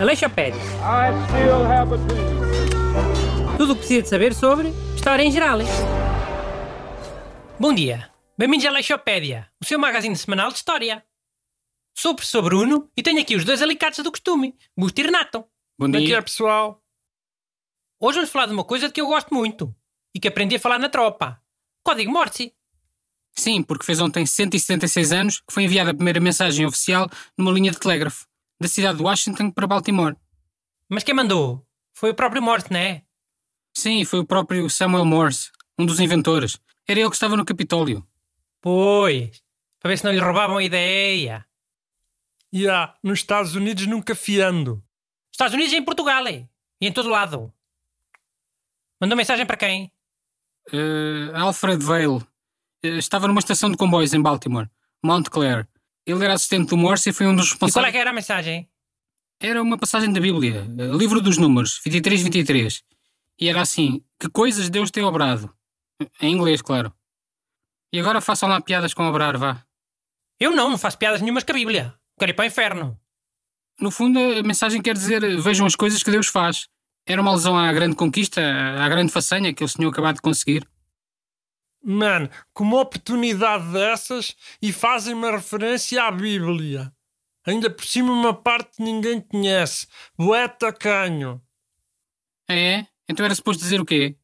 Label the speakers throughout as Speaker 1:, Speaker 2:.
Speaker 1: Aleixo Pérez. Tudo o que precisa de saber sobre história em geral. Bom dia. Bem-vindos à Leixopédia, o seu magazine semanal de história. Sou o professor Bruno e tenho aqui os dois alicates do costume, Busto e Renato.
Speaker 2: Bom
Speaker 3: Bom
Speaker 2: dia.
Speaker 3: dia, pessoal.
Speaker 1: Hoje vamos falar de uma coisa de que eu gosto muito e que aprendi a falar na tropa. Código Morse.
Speaker 2: Sim, porque fez ontem 176 anos que foi enviada a primeira mensagem oficial numa linha de telégrafo, da cidade de Washington para Baltimore.
Speaker 1: Mas quem mandou? Foi o próprio Morse, não é?
Speaker 2: Sim, foi o próprio Samuel Morse, um dos inventores. Era ele que estava no Capitólio.
Speaker 1: Pois, para ver se não lhe roubavam a ideia.
Speaker 3: E há, nos Estados Unidos nunca fiando.
Speaker 1: Estados Unidos e em Portugal eh? e em todo lado. Mandou mensagem para quem?
Speaker 2: Eh, Alfred Vail eh, estava numa estação de comboios em Baltimore, Montclair. Ele era assistente do Morse e foi um dos
Speaker 1: E qual é
Speaker 2: responsáveis.
Speaker 1: que era a mensagem?
Speaker 2: Era uma passagem da Bíblia, eh, livro dos números, 23, 23. E era assim: Que coisas Deus tem obrado? Eh, Em inglês, claro. E agora façam lá piadas com obrar, vá.
Speaker 1: Eu não, não faço piadas nenhumas com a Bíblia. Quero ir para o inferno.
Speaker 2: No fundo, a mensagem quer dizer: vejam as coisas que Deus faz. Era uma alusão à grande conquista, à grande façanha que eles tinham acabado de conseguir.
Speaker 3: Mano, com uma oportunidade dessas e fazem uma referência à Bíblia. Ainda por cima uma parte que ninguém conhece. Bué tacanho.
Speaker 2: Ah, É? Então era suposto dizer o quê?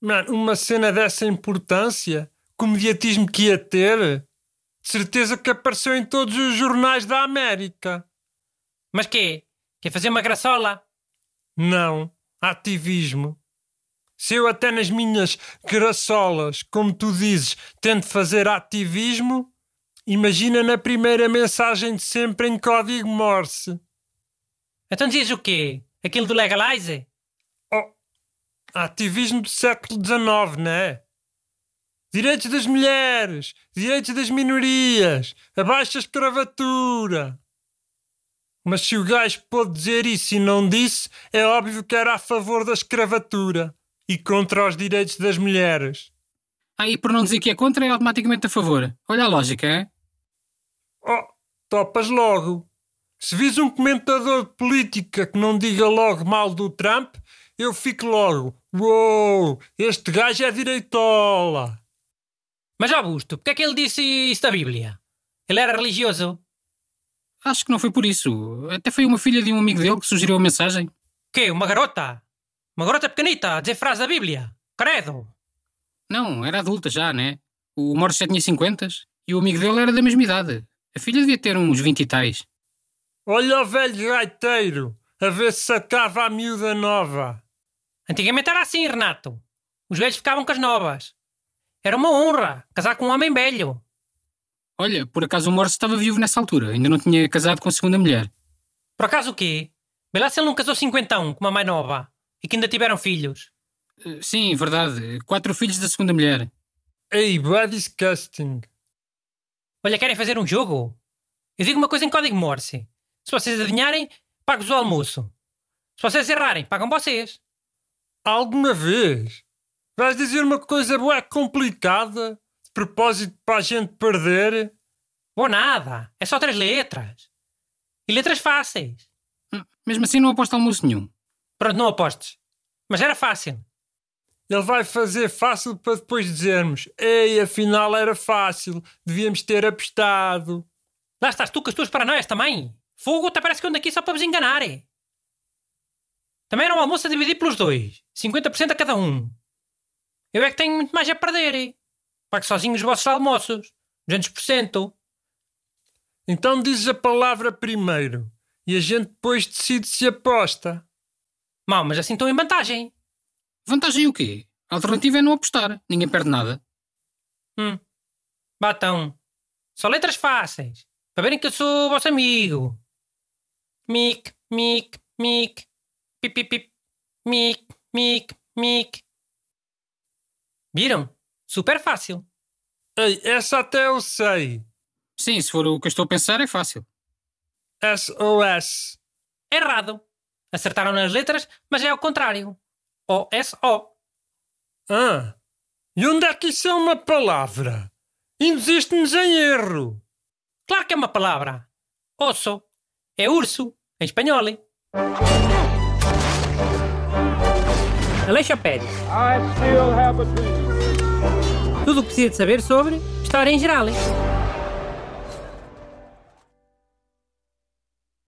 Speaker 3: Mano, uma cena dessa importância, com o mediatismo que ia ter, de certeza que apareceu em todos os jornais da América.
Speaker 1: Mas quê? Quer fazer uma graçola?
Speaker 3: Não, ativismo. Se eu até nas minhas graçolas, como tu dizes, tento fazer ativismo, imagina na primeira mensagem de sempre em código Morse.
Speaker 1: Então dizes o quê? Aquilo do Legalize?
Speaker 3: Ativismo do século XIX, não é? Direitos das mulheres, direitos das minorias, abaixo a escravatura. Mas se o gajo pôde dizer isso e não disse, é óbvio que era a favor da escravatura e contra os direitos das mulheres.
Speaker 2: Ah, e por não dizer que é contra, é automaticamente a favor. Olha a lógica, é?
Speaker 3: Oh, topas logo. Se vis um comentador de política que não diga logo mal do Trump, eu fico logo. Uou, este gajo é direitola.
Speaker 1: Mas Augusto, porque é que ele disse isso da Bíblia? Ele era religioso?
Speaker 2: Acho que não foi por isso. Até foi uma filha de um amigo dele que sugeriu a mensagem.
Speaker 1: Quê? Uma garota? Uma garota pequenita a dizer frase da Bíblia? Credo!
Speaker 2: Não, era adulta já, né? O Morse já tinha 50 e o amigo dele era da mesma idade. A filha devia ter uns 20 e tais.
Speaker 3: Olha o velho gaiteiro, a ver se sacava a miúda nova.
Speaker 1: Antigamente era assim, Renato. Os velhos ficavam com as novas. Era uma honra casar com um homem velho.
Speaker 2: Olha, por acaso o Morse estava vivo nessa altura, ainda não tinha casado com a segunda mulher.
Speaker 1: Por acaso o quê? Vê lá se ele não casou cinquentão com uma mãe nova e que ainda tiveram filhos.
Speaker 2: Eh, Sim, verdade. Quatro filhos da segunda mulher.
Speaker 3: Ei, bué disgusting.
Speaker 1: Olha, querem fazer um jogo? Eu digo uma coisa em código Morse. Se vocês adivinharem, pago-vos o almoço. Se vocês errarem, pagam vocês.
Speaker 3: Alguma vez? Vais dizer uma coisa bué complicada? De propósito para a gente perder?
Speaker 1: Ou nada. É só três letras. E letras fáceis.
Speaker 2: Hum, Mesmo assim não aposto almoço nenhum.
Speaker 1: Pronto, não apostes. Mas era fácil.
Speaker 3: Ele vai fazer fácil para depois dizermos Ei, afinal era fácil, devíamos ter apostado.
Speaker 1: Lá estás tu com as tuas paranoias também. Fogo, até parece que eu ando aqui só para vos enganar. eh? Também era um almoço a dividir pelos dois. 50% a cada um. Eu é que tenho muito mais a perder. eh? Pago sozinho os vossos almoços. 200%.
Speaker 3: Então dizes a palavra primeiro e a gente depois decide se aposta.
Speaker 1: Mal, mas assim estou em vantagem.
Speaker 2: Vantagem o quê? A alternativa é não apostar. Ninguém perde nada.
Speaker 1: Hum. Batão. Só letras fáceis. Para verem que eu sou vosso amigo. Mic, mic, mic. Pip, pip, pip. Mic, mic, mic. Viram? Super fácil.
Speaker 3: Ei, essa até eu sei.
Speaker 2: Sim, se for o que eu estou a pensar, é fácil.
Speaker 3: SOS.
Speaker 1: Errado. Acertaram nas letras, mas é ao contrário. O-S-O.
Speaker 3: Ah, e onde é que isso é uma palavra? Induziste-nos em erro.
Speaker 1: Claro que é uma palavra. Osso é urso em espanhol. Aleixo Pérez.
Speaker 4: I still have a dream.
Speaker 1: Tudo o que precisa de saber sobre história em geral.